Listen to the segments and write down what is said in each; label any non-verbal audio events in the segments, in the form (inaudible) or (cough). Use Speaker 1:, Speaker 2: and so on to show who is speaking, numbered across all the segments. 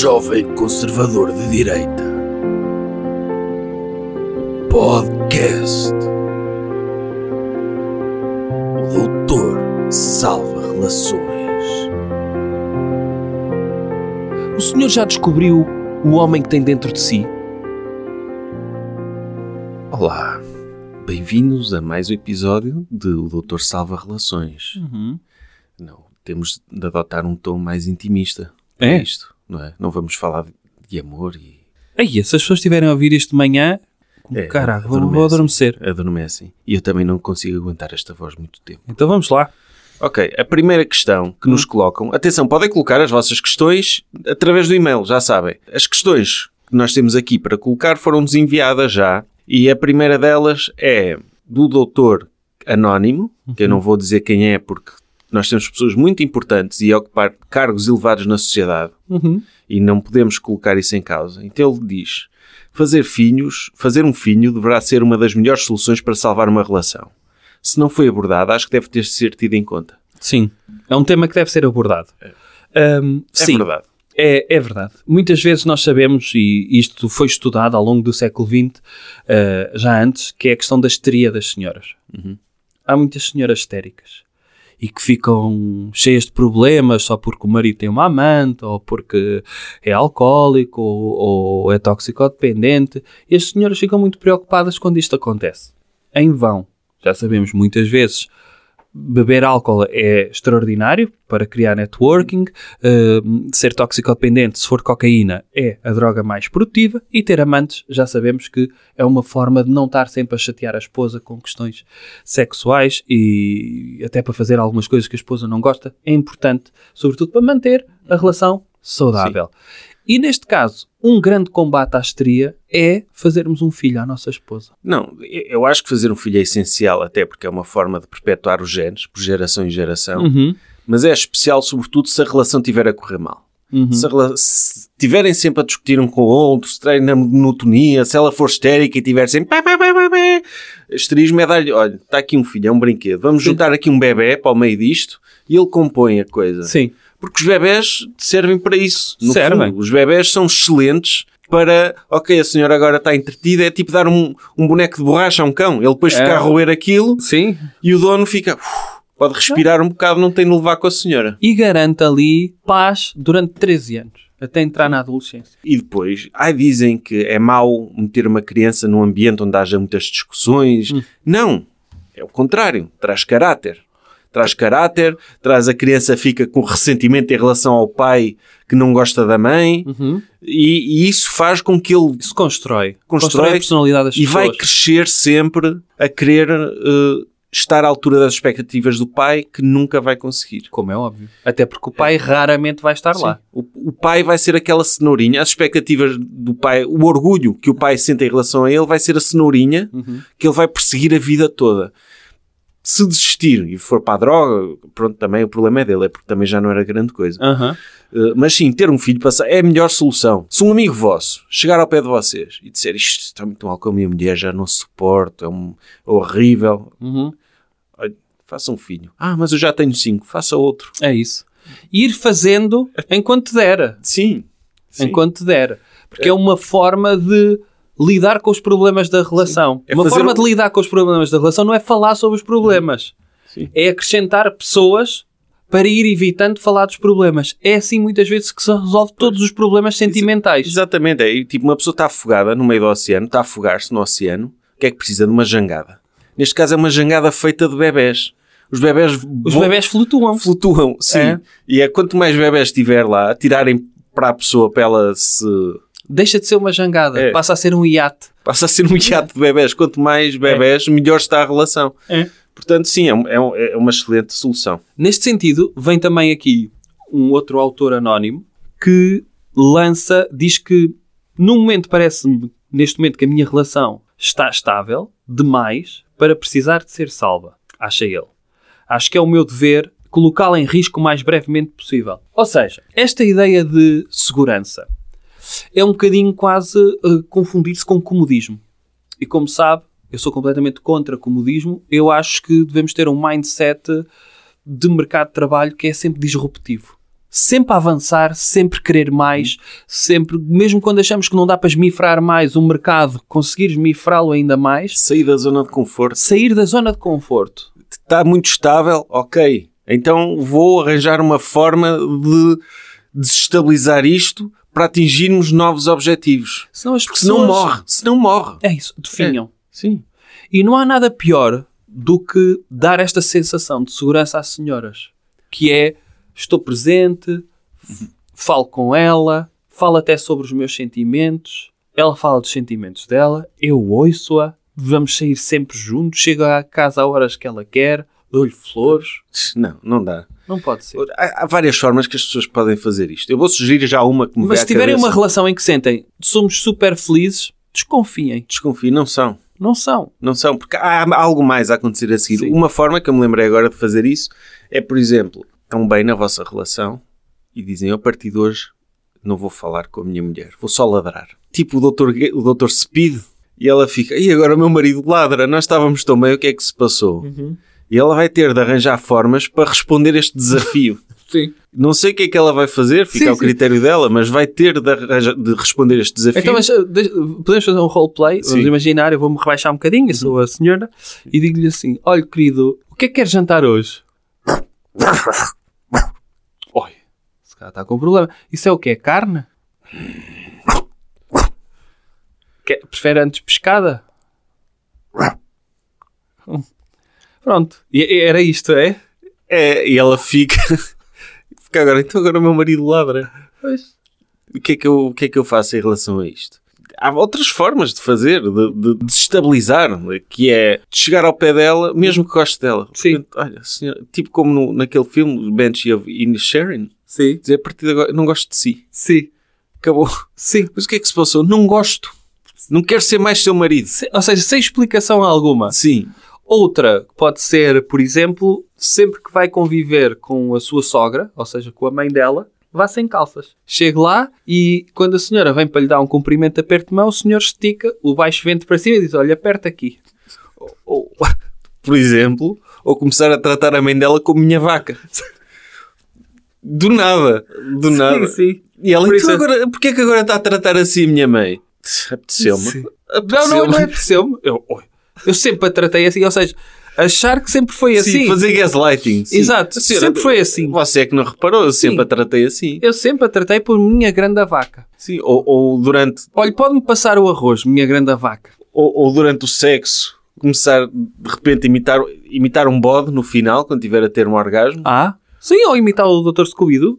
Speaker 1: Jovem Conservador de Direita. Podcast. O Doutor salva relações.
Speaker 2: O senhor já descobriu o homem que tem dentro de si?
Speaker 1: Olá, bem-vindos a mais um episódio de O Doutor Salva Relações.
Speaker 3: Uhum.
Speaker 1: Não, temos de adotar um tom mais intimista. para
Speaker 3: É?
Speaker 1: Isto, não é? Não vamos falar de amor e
Speaker 3: Aí, se as pessoas estiverem a ouvir isto de manhã, como,
Speaker 1: É,
Speaker 3: caralho, vou,
Speaker 1: adormece.
Speaker 3: vou adormecer.
Speaker 1: adormecem. é assim. E eu também não consigo aguentar esta voz muito tempo.
Speaker 3: Então vamos lá.
Speaker 1: Ok, a primeira questão que nos colocam. Atenção, podem colocar as vossas questões através do e-mail, já sabem. As questões que nós temos aqui para colocar foram-nos enviadas já. E a primeira delas é do doutor anónimo, que eu não vou dizer quem é porque nós temos pessoas muito importantes e a ocupar cargos elevados na sociedade e não podemos colocar isso em causa. Então ele diz: fazer filhos, fazer um filho deverá ser uma das melhores soluções para salvar uma relação. Se não foi abordada, acho que deve ter de ser tido em conta.
Speaker 3: Sim, é um tema que deve ser abordado. Ahm,
Speaker 1: É
Speaker 3: sim,
Speaker 1: verdade.
Speaker 3: É, é verdade. Muitas vezes nós sabemos, e isto foi estudado ao longo do século XX, eh, já antes, que é a questão da histeria das senhoras. Há muitas senhoras histéricas e que ficam cheias de problemas só porque o marido tem uma amante, ou porque é alcoólico, ou, ou é toxicodependente. E as senhoras ficam muito preocupadas quando isto acontece. Em vão. Já sabemos muitas vezes beber álcool é extraordinário para criar networking, uh, ser toxicodependente, se for cocaína, é a droga mais produtiva e ter amantes, já sabemos que é uma forma de não estar sempre a chatear a esposa com questões sexuais e até para fazer algumas coisas que a esposa não gosta, é importante, sobretudo para manter a relação saudável. E neste caso, um grande combate à histeria é fazermos um filho à nossa esposa.
Speaker 1: Não, eu eu acho que fazer um filho é essencial, até porque é uma forma de perpetuar os genes, por geração em geração,
Speaker 3: Uhum,
Speaker 1: mas é especial, sobretudo, se a relação estiver a correr mal.
Speaker 3: uhum.
Speaker 1: Se, a rela- se tiverem sempre a discutir um com o outro, se estiverem na monotonia, se ela for histérica e tiver sempre. pá, pá, pá, pá, pá, Esterismo é dar-lhe: olha, está aqui um filho, é um brinquedo, vamos
Speaker 3: Sim.
Speaker 1: juntar aqui um bebê para o meio disto e ele compõe a coisa.
Speaker 3: Sim,
Speaker 1: Porque os bebés servem para isso. No
Speaker 3: Servem.
Speaker 1: fundo. os bebés são excelentes para, ok, a senhora agora está entretida, é tipo dar um, um boneco de borracha a um cão. Ele depois
Speaker 3: É.
Speaker 1: fica a roer aquilo
Speaker 3: sim.
Speaker 1: e o dono fica, "Uf, pode respirar um bocado, não tem de levar com a senhora.
Speaker 3: E garante ali paz durante 13 anos, até entrar na adolescência.
Speaker 1: E depois, ai, dizem que é mau meter uma criança num ambiente onde haja muitas discussões.
Speaker 3: Hum.
Speaker 1: Não, é o contrário, traz caráter. Traz caráter, traz a criança fica com ressentimento em relação ao pai que não gosta da mãe. E, e isso faz com que ele
Speaker 3: Hum. Isso constrói.
Speaker 1: Uhum. Constrói
Speaker 3: a personalidade das
Speaker 1: e
Speaker 3: pessoas.
Speaker 1: vai crescer sempre a querer eh, estar à altura das expectativas do pai que nunca vai conseguir.
Speaker 3: Como é óbvio. Até porque o
Speaker 1: É.
Speaker 3: pai raramente vai estar lá.
Speaker 1: O, o pai vai ser aquela cenourinha, as expectativas do pai, o orgulho que o pai sente em relação a ele vai ser a cenourinha que ele vai perseguir a vida toda. Se desistir e for para a droga, pronto, também o problema é dele, é porque também já não era grande coisa.
Speaker 3: Aham.
Speaker 1: Uh, mas sim, ter um filho passa- é a melhor solução. Se um amigo vosso chegar ao pé de vocês e disser isto está muito mal com a minha mulher, já não suporto, é, um, é horrível,
Speaker 3: Uhum.
Speaker 1: faça um filho. Ah, mas eu já tenho cinco, faça outro.
Speaker 3: É isso. Ir fazendo enquanto dera.
Speaker 1: Sim.
Speaker 3: Enquanto dera. Porque é. uma forma de lidar com os problemas da relação.
Speaker 1: É
Speaker 3: uma
Speaker 1: fazer
Speaker 3: forma
Speaker 1: um-
Speaker 3: de lidar com os problemas da relação não é falar sobre os problemas.
Speaker 1: Sim.
Speaker 3: É acrescentar pessoas para ir evitando falar dos problemas. É assim muitas vezes que se resolve todos os problemas sentimentais.
Speaker 1: Exatamente, é e, tipo uma pessoa está afogada no meio do oceano, está a afogar-se no oceano, o que é que precisa de uma jangada? Neste caso é uma jangada feita de bebés. Os bebés,
Speaker 3: Os
Speaker 1: vo-
Speaker 3: bebés flutuam.
Speaker 1: flutuam, sim.
Speaker 3: É.
Speaker 1: E é quanto mais bebés tiver lá, a tirarem para a pessoa para ela se
Speaker 3: Deixa de ser uma jangada.
Speaker 1: É.
Speaker 3: Passa a ser um iate.
Speaker 1: Passa a ser um iate de bebés. Quanto mais bebés, melhor está a relação.
Speaker 3: É.
Speaker 1: Portanto, sim, é, um- é um- é uma excelente solução.
Speaker 3: Neste sentido, vem também aqui um outro autor anónimo que lança, diz que num momento parece-me, neste momento, que a minha relação está estável demais para precisar de ser salva, acha ele. Acho que é o meu dever colocá-la em risco o mais brevemente possível. Ou seja, esta ideia de segurança é um bocadinho quase eh, confundir-se com comodismo. E como sabe, eu sou completamente contra comodismo. Eu acho que devemos ter um mindset de mercado de trabalho que é sempre disruptivo. sempre a avançar, sempre querer mais, sempre, mesmo quando achamos que não dá para esmifrar mais o mercado, conseguir esmifrá-lo ainda mais,
Speaker 1: Sair da zona de conforto.
Speaker 3: sair da zona de conforto.
Speaker 1: Está Tá muito estável, ok. Então vou arranjar uma forma de desestabilizar isto para atingirmos novos objetivos.
Speaker 3: Senão as
Speaker 1: Porque senão
Speaker 3: pessoas-
Speaker 1: morre. Senão morre.
Speaker 3: É isso, definham.
Speaker 1: Sim.
Speaker 3: E não há nada pior do que dar esta sensação de segurança às senhoras, que é estou presente, f-
Speaker 1: Uhum.
Speaker 3: falo com ela, falo até sobre os meus sentimentos, ela fala dos sentimentos dela, eu ouço-a, vamos sair sempre juntos, chego à casa a horas que ela quer, dou-lhe flores,
Speaker 1: Não, não dá.
Speaker 3: não pode ser.
Speaker 1: Há, há várias formas que as pessoas podem fazer isto. Eu vou sugerir já uma que me
Speaker 3: Mas
Speaker 1: vem à
Speaker 3: se tiverem
Speaker 1: cabeça.
Speaker 3: uma relação em que sentem somos super felizes, desconfiem,
Speaker 1: Desconfio, não são.
Speaker 3: não são.
Speaker 1: Não são, porque há algo mais a acontecer a seguir.
Speaker 3: Sim.
Speaker 1: Uma forma que eu me lembrei agora de fazer isso é, por exemplo, estão bem na vossa relação e dizem, eu a partir de hoje não vou falar com a minha mulher, vou só ladrar. Tipo o Dr. Ge- o Dr. Speed. E ela fica, e agora o meu marido ladra, nós estávamos tão bem, o que é que se passou? E ela vai ter de arranjar formas para responder este desafio. (laughs)
Speaker 3: Sim.
Speaker 1: Não sei o que é que ela vai fazer, fica
Speaker 3: Sim,
Speaker 1: ao
Speaker 3: sim.
Speaker 1: critério dela, mas vai ter de, arranja- de responder este desafio.
Speaker 3: Então, mas, uh, de- podemos fazer um roleplay?
Speaker 1: Sim.
Speaker 3: Vamos imaginar, eu vou-me rebaixar um bocadinho, eu sou a senhora, e digo-lhe assim: Olha, querido, o que é que queres jantar hoje? Olha, esse cara está com problema. Isso é o quê? Carne? Quer- prefere antes pescada? Hum. Pronto, E- e era isto, é?
Speaker 1: É, e ela fica. (laughs) fica agora, então agora o meu marido ladra.
Speaker 3: Pois.
Speaker 1: O que é que eu, o que é que eu faço em relação a isto? Há outras formas de fazer, de, de desestabilizar, que é de chegar ao pé dela, mesmo que goste dela. De
Speaker 3: Sim.
Speaker 1: repente, Olha, senhora, tipo como no- naquele filme, Bench of In Sharon,
Speaker 3: Sim.
Speaker 1: dizer a partir de agora, eu não gosto de si.
Speaker 3: Sim.
Speaker 1: Acabou. (laughs)
Speaker 3: Sim.
Speaker 1: Mas o que é que se passou? Não gosto. Não quero ser mais seu marido.
Speaker 3: Se- Ou seja, sem explicação alguma.
Speaker 1: Sim.
Speaker 3: Outra pode ser, por exemplo, sempre que vai conviver com a sua sogra, ou seja, com a mãe dela, vá sem calças. Chega lá e quando a senhora vem para lhe dar um cumprimento aperto de mão, o senhor estica o baixo vento para cima e diz: Olha, aperta aqui.
Speaker 1: Ou, por exemplo, ou começar a tratar a mãe dela como minha vaca. (laughs) Do nada. Do nada.
Speaker 3: Sim,
Speaker 1: E ela,
Speaker 3: Por
Speaker 1: então
Speaker 3: isso-
Speaker 1: agora, porquê é que agora está a tratar assim a minha mãe? Apeteceu-me.
Speaker 3: sim. Não, não, não é me Eu, oi. eu sempre a tratei assim, ou seja, achar que sempre foi assim.
Speaker 1: Sim, fazer gaslighting. sim.
Speaker 3: Exato,
Speaker 1: A senhora,
Speaker 3: sempre foi assim.
Speaker 1: Você é que não reparou, eu sempre
Speaker 3: Sim. É.
Speaker 1: a tratei assim.
Speaker 3: Eu sempre a tratei por minha grande vaca.
Speaker 1: Sim, ou, ou durante,
Speaker 3: Olha, pode-me passar o arroz, minha grande vaca.
Speaker 1: ou, ou durante o sexo, começar de repente a imitar, imitar um bode no final, quando tiver a ter um orgasmo.
Speaker 3: Ah? Sim, ou imitar o Dr. (laughs) Scooby-Doo.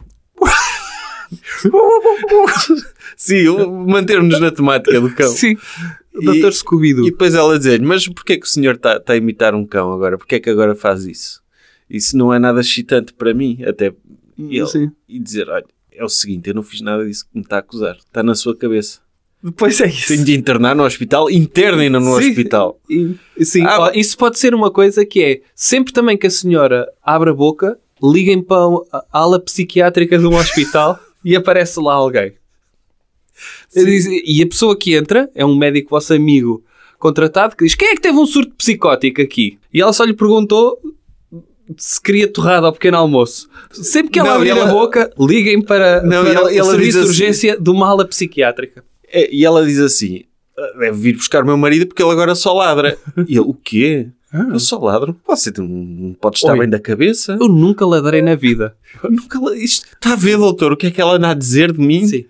Speaker 1: Sim, manter-nos na temática do cão.
Speaker 3: Sim.
Speaker 1: E-
Speaker 3: Dr.
Speaker 1: E
Speaker 3: Scooby-Doo.
Speaker 1: depois ela dizer mas porquê que o senhor está a imitar um cão agora? Porquê que agora faz isso? Isso não é nada excitante para mim, até... E, ele-
Speaker 3: Sim.
Speaker 1: e dizer, olha, é o seguinte, eu não fiz nada disso que me está a acusar. Está na sua cabeça.
Speaker 3: Depois é isso.
Speaker 1: Tenho de internar no hospital, internem-no no
Speaker 3: Sim.
Speaker 1: hospital.
Speaker 3: E- e sim,
Speaker 1: Ah,
Speaker 3: ó, isso pode ser uma coisa que é sempre também que a senhora abre a boca, liguem para a ala psiquiátrica de
Speaker 1: (laughs)
Speaker 3: um hospital e aparece lá alguém. Eu diz- e a pessoa que entra é um médico vosso amigo contratado que diz: Quem é que teve um surto psicótico aqui? E ela só lhe perguntou se queria torrada ao pequeno almoço. Sempre que ela
Speaker 1: Não,
Speaker 3: abrir
Speaker 1: ela-
Speaker 3: a boca, liguem para,
Speaker 1: Não,
Speaker 3: para
Speaker 1: e ela-
Speaker 3: o
Speaker 1: e ela
Speaker 3: serviço
Speaker 1: diz
Speaker 3: de
Speaker 1: assim-
Speaker 3: urgência de uma ala psiquiátrica.
Speaker 1: É, E ela diz assim, "Ah, deve vir buscar o meu marido porque ele agora só ladra. E ele, o quê? Eu só ladro? Você tem um- pode estar
Speaker 3: Oi.
Speaker 1: bem da cabeça?
Speaker 3: Eu nunca ladrei na vida.
Speaker 1: Nunca la- isto- Está a ver, doutor, o que é que ela anda a dizer de mim?
Speaker 3: Sim.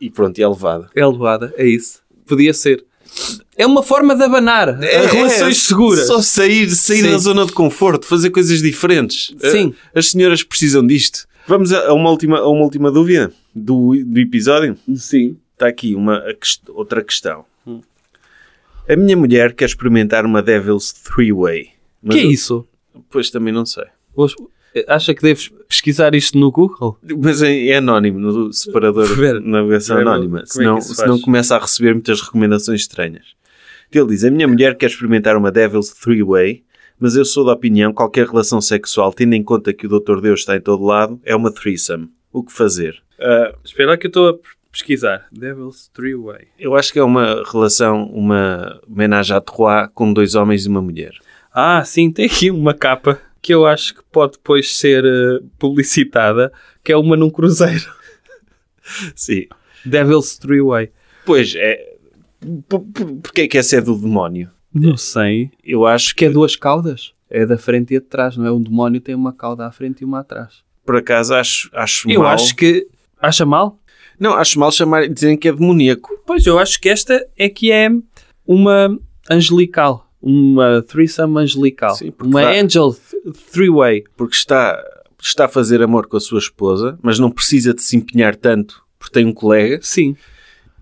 Speaker 1: E pronto, e é levada.
Speaker 3: É levada, é isso. Podia ser. É uma forma de abanar
Speaker 1: É,
Speaker 3: as relações
Speaker 1: é,
Speaker 3: seguras.
Speaker 1: Só sair, sair
Speaker 3: Sim.
Speaker 1: da zona de conforto, fazer coisas diferentes.
Speaker 3: Sim.
Speaker 1: Eh, As senhoras precisam disto. Vamos a a uma última, a uma última dúvida do, do episódio.
Speaker 3: Sim.
Speaker 1: Está aqui uma, a quest- outra questão.
Speaker 3: Hum.
Speaker 1: A minha mulher quer experimentar uma Devil's Three-Way.
Speaker 3: O
Speaker 1: Mas
Speaker 3: que é
Speaker 1: eu-
Speaker 3: isso?
Speaker 1: Pois também não sei.
Speaker 3: Vos- Acha que deves pesquisar isto no Google?
Speaker 1: Mas é, é anónimo no separador
Speaker 3: Ver.
Speaker 1: de navegação
Speaker 3: Ver
Speaker 1: anónima,
Speaker 3: como é que
Speaker 1: senão,
Speaker 3: isso faz.
Speaker 1: senão começa a receber muitas recomendações estranhas. Ele diz: A minha mulher quer experimentar uma Devil's Three-Way, mas eu sou da opinião que qualquer relação sexual, tendo em conta que o Doutor Deus está em todo lado, é uma threesome. O que fazer? Ah,
Speaker 3: Espera que eu estou a pesquisar. Devil's Three-Way.
Speaker 1: eu acho que é uma relação, uma homenagem à Trois com dois homens e uma mulher.
Speaker 3: Ah, sim, tem aqui uma capa que eu acho que pode depois ser eh, publicitada, que é uma num cruzeiro. (laughs)
Speaker 1: Sim.
Speaker 3: Devil's Three-Way.
Speaker 1: Pois é. por- por- Porquê é que essa é do demónio?
Speaker 3: Não sei.
Speaker 1: Eu acho
Speaker 3: Que
Speaker 1: que,
Speaker 3: é duas caudas. É da frente e a de trás, não é? Um demónio tem uma cauda à frente e uma atrás.
Speaker 1: por acaso, acho, acho
Speaker 3: Eu
Speaker 1: mal.
Speaker 3: acho que. Acha mal?
Speaker 1: Não, acho mal chamar, dizerem que é demoníaco.
Speaker 3: Pois, eu acho que esta é que é uma angelical. Uma threesome angelical.
Speaker 1: Sim, porque
Speaker 3: uma
Speaker 1: dá-
Speaker 3: angel th- three-way.
Speaker 1: Porque está, está a fazer amor com a sua esposa, mas não precisa de se empenhar tanto porque tem um colega
Speaker 3: Sim.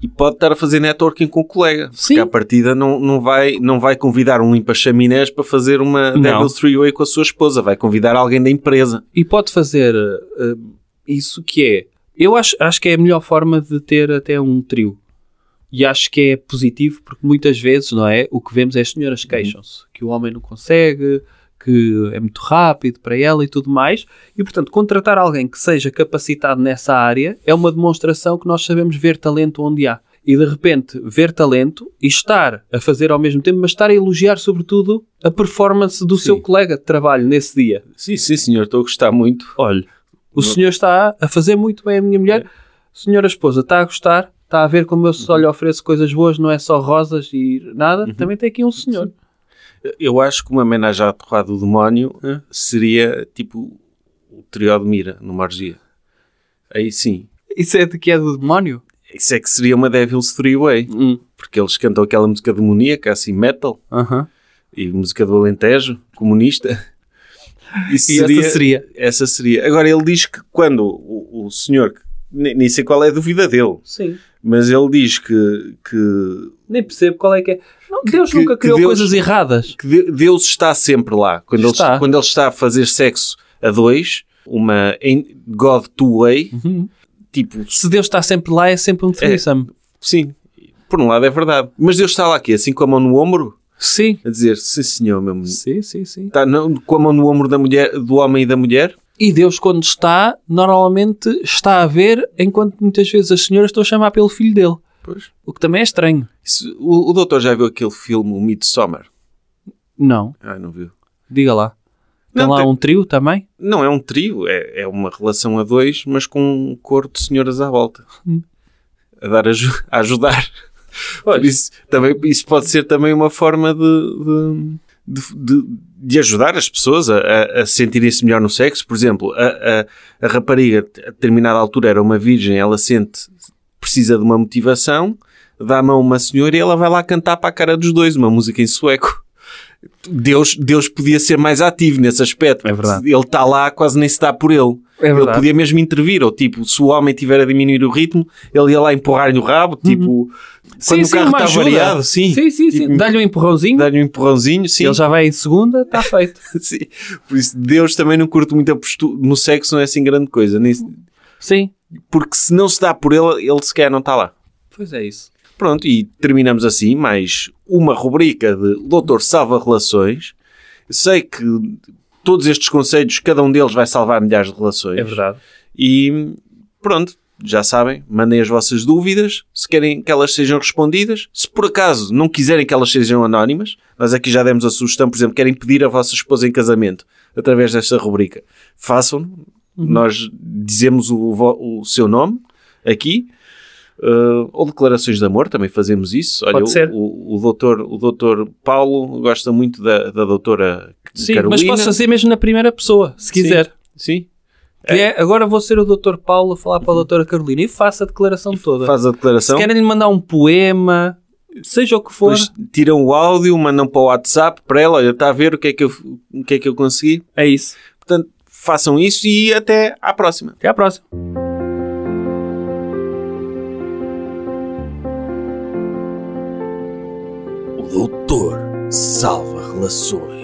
Speaker 1: e pode estar a fazer networking com o colega.
Speaker 3: Sim.
Speaker 1: Porque à partida não, não, vai, não vai convidar um limpa-chaminés para fazer uma
Speaker 3: Não.
Speaker 1: Devil Three-Way com a sua esposa. Vai convidar alguém da empresa.
Speaker 3: E pode fazer eh, isso que é. Eu acho, acho que é a melhor forma de ter até um trio. E acho que é positivo porque muitas vezes, não é? O que vemos é as senhoras queixam-se que o homem não consegue, que é muito rápido para ela e tudo mais. E portanto, contratar alguém que seja capacitado nessa área é uma demonstração que nós sabemos ver talento onde há. E de repente, ver talento e estar a fazer ao mesmo tempo, mas estar a elogiar, sobretudo, a performance do seu
Speaker 1: Sim.
Speaker 3: colega de trabalho nesse dia
Speaker 1: Sim, sim, senhor. Estou a gostar muito.
Speaker 3: olha, o senhor está a fazer muito bem a minha mulher, senhora esposa, está a gostar, está a ver como eu só lhe ofereço coisas boas, não é só rosas e nada, também tem aqui um senhor.
Speaker 1: Eu acho que uma homenagem à Torrada do Demónio
Speaker 3: Hã?
Speaker 1: seria tipo o trio de Mira, numa orgia. Aí sim.
Speaker 3: (laughs) Isso é de que é do demónio?
Speaker 1: Isso é que seria uma Devil's Three-Way.
Speaker 3: Hum.
Speaker 1: Porque eles cantam aquela música demoníaca, assim, metal.
Speaker 3: Aham.
Speaker 1: E música do Alentejo, comunista. Isso
Speaker 3: E essa seria?
Speaker 1: Essa seria. Agora, ele diz que quando o, o senhor, que nem nem sei qual é a dúvida dele,
Speaker 3: Sim.
Speaker 1: mas ele diz que, que,
Speaker 3: Nem percebo qual é que é. Não, Deus
Speaker 1: que-
Speaker 3: nunca
Speaker 1: que
Speaker 3: criou
Speaker 1: Deus-
Speaker 3: coisas erradas.
Speaker 1: que De- Deus está sempre lá. Quando,
Speaker 3: Está.
Speaker 1: Ele, quando ele está a fazer sexo a dois, uma em- God two-way, tipo,
Speaker 3: Se Deus está sempre lá, Uhum. é sempre um threesome.
Speaker 1: sim, por um lado é verdade. Mas Deus está lá aqui, assim com a mão no ombro,
Speaker 3: Sim.
Speaker 1: a dizer, sim senhor, meu menino.
Speaker 3: Sim, sim, sim.
Speaker 1: Está não, com a mão no ombro da mulher, do homem e da mulher?
Speaker 3: E Deus, quando está, normalmente está a ver, enquanto muitas vezes as senhoras estão a chamar pelo filho dele.
Speaker 1: Pois.
Speaker 3: O que também é estranho.
Speaker 1: Isso- o, o doutor já viu aquele filme, o Midsommar?
Speaker 3: Não.
Speaker 1: Ah, não viu.
Speaker 3: Diga lá. Tem
Speaker 1: Não,
Speaker 3: lá
Speaker 1: tem-
Speaker 3: um trio também?
Speaker 1: Não, é um trio, é, é uma relação a dois, mas com um coro de senhoras à volta. A dar aju- a ajudar. Por isso, também, isso pode ser também uma forma de, de, de- de- de ajudar as pessoas a- a, a sentirem-se melhor no sexo. Por exemplo, a, a, a rapariga, a determinada altura, era uma virgem, ela sente, precisa de uma motivação, dá a mão a uma senhora e ela vai lá cantar para a cara dos dois uma música em sueco. Deus, Deus podia ser mais ativo nesse aspecto.
Speaker 3: É verdade.
Speaker 1: Ele está lá, quase nem se dá por ele.
Speaker 3: É
Speaker 1: Ele
Speaker 3: verdade.
Speaker 1: podia mesmo intervir, ou tipo, se o homem tiver a diminuir o ritmo, ele ia lá empurrar-lhe o rabo, tipo, quando o carro
Speaker 3: Uhum. uma
Speaker 1: está
Speaker 3: ajuda.
Speaker 1: variado, sim,
Speaker 3: Sim, sim, sim.
Speaker 1: Tipo,
Speaker 3: Dá-lhe um empurrãozinho,
Speaker 1: Dar-lhe um empurrãozinho, sim.
Speaker 3: ele já vai em segunda, está feito.
Speaker 1: (laughs) Sim. Por isso, Deus também não curte muito a postura. No sexo não é assim grande coisa. nem se-
Speaker 3: sim.
Speaker 1: Porque se não se dá por ele, ele sequer não está lá.
Speaker 3: Pois é isso.
Speaker 1: Pronto, e terminamos assim mais uma rubrica de Doutor Salva Relações. Sei que todos estes conselhos, cada um deles vai salvar milhares de relações.
Speaker 3: É verdade.
Speaker 1: Um E pronto, já sabem, mandem as vossas dúvidas, se querem que elas sejam respondidas. Se por acaso não quiserem que elas sejam anónimas, nós aqui já demos a sugestão, por exemplo, querem pedir a vossa esposa em casamento através desta rubrica, façam
Speaker 3: Uhum.
Speaker 1: Nós dizemos o, vo- o seu nome aqui. eh, ou declarações de amor, também fazemos isso. Olha,
Speaker 3: Pode ser.
Speaker 1: O, o, o doutor, o doutor Paulo gosta muito da, da doutora
Speaker 3: Sim,
Speaker 1: Carolina.
Speaker 3: mas posso fazer mesmo na primeira pessoa, se
Speaker 1: Sim.
Speaker 3: quiser.
Speaker 1: Sim,
Speaker 3: Que é, agora vou ser o Dr. Paulo a falar para
Speaker 1: Uhum.
Speaker 3: a Doutora Carolina e faço a declaração toda.
Speaker 1: faz a
Speaker 3: Se
Speaker 1: declaração.
Speaker 3: querem lhe mandar um poema, seja o que for,
Speaker 1: Depois tiram o áudio, mandam para o WhatsApp para ela, olha, está a ver o que é que eu, o que é que eu consegui.
Speaker 3: é isso.
Speaker 1: Portanto, façam isso e até à próxima.
Speaker 3: Até à próxima.
Speaker 2: O doutor salva relações.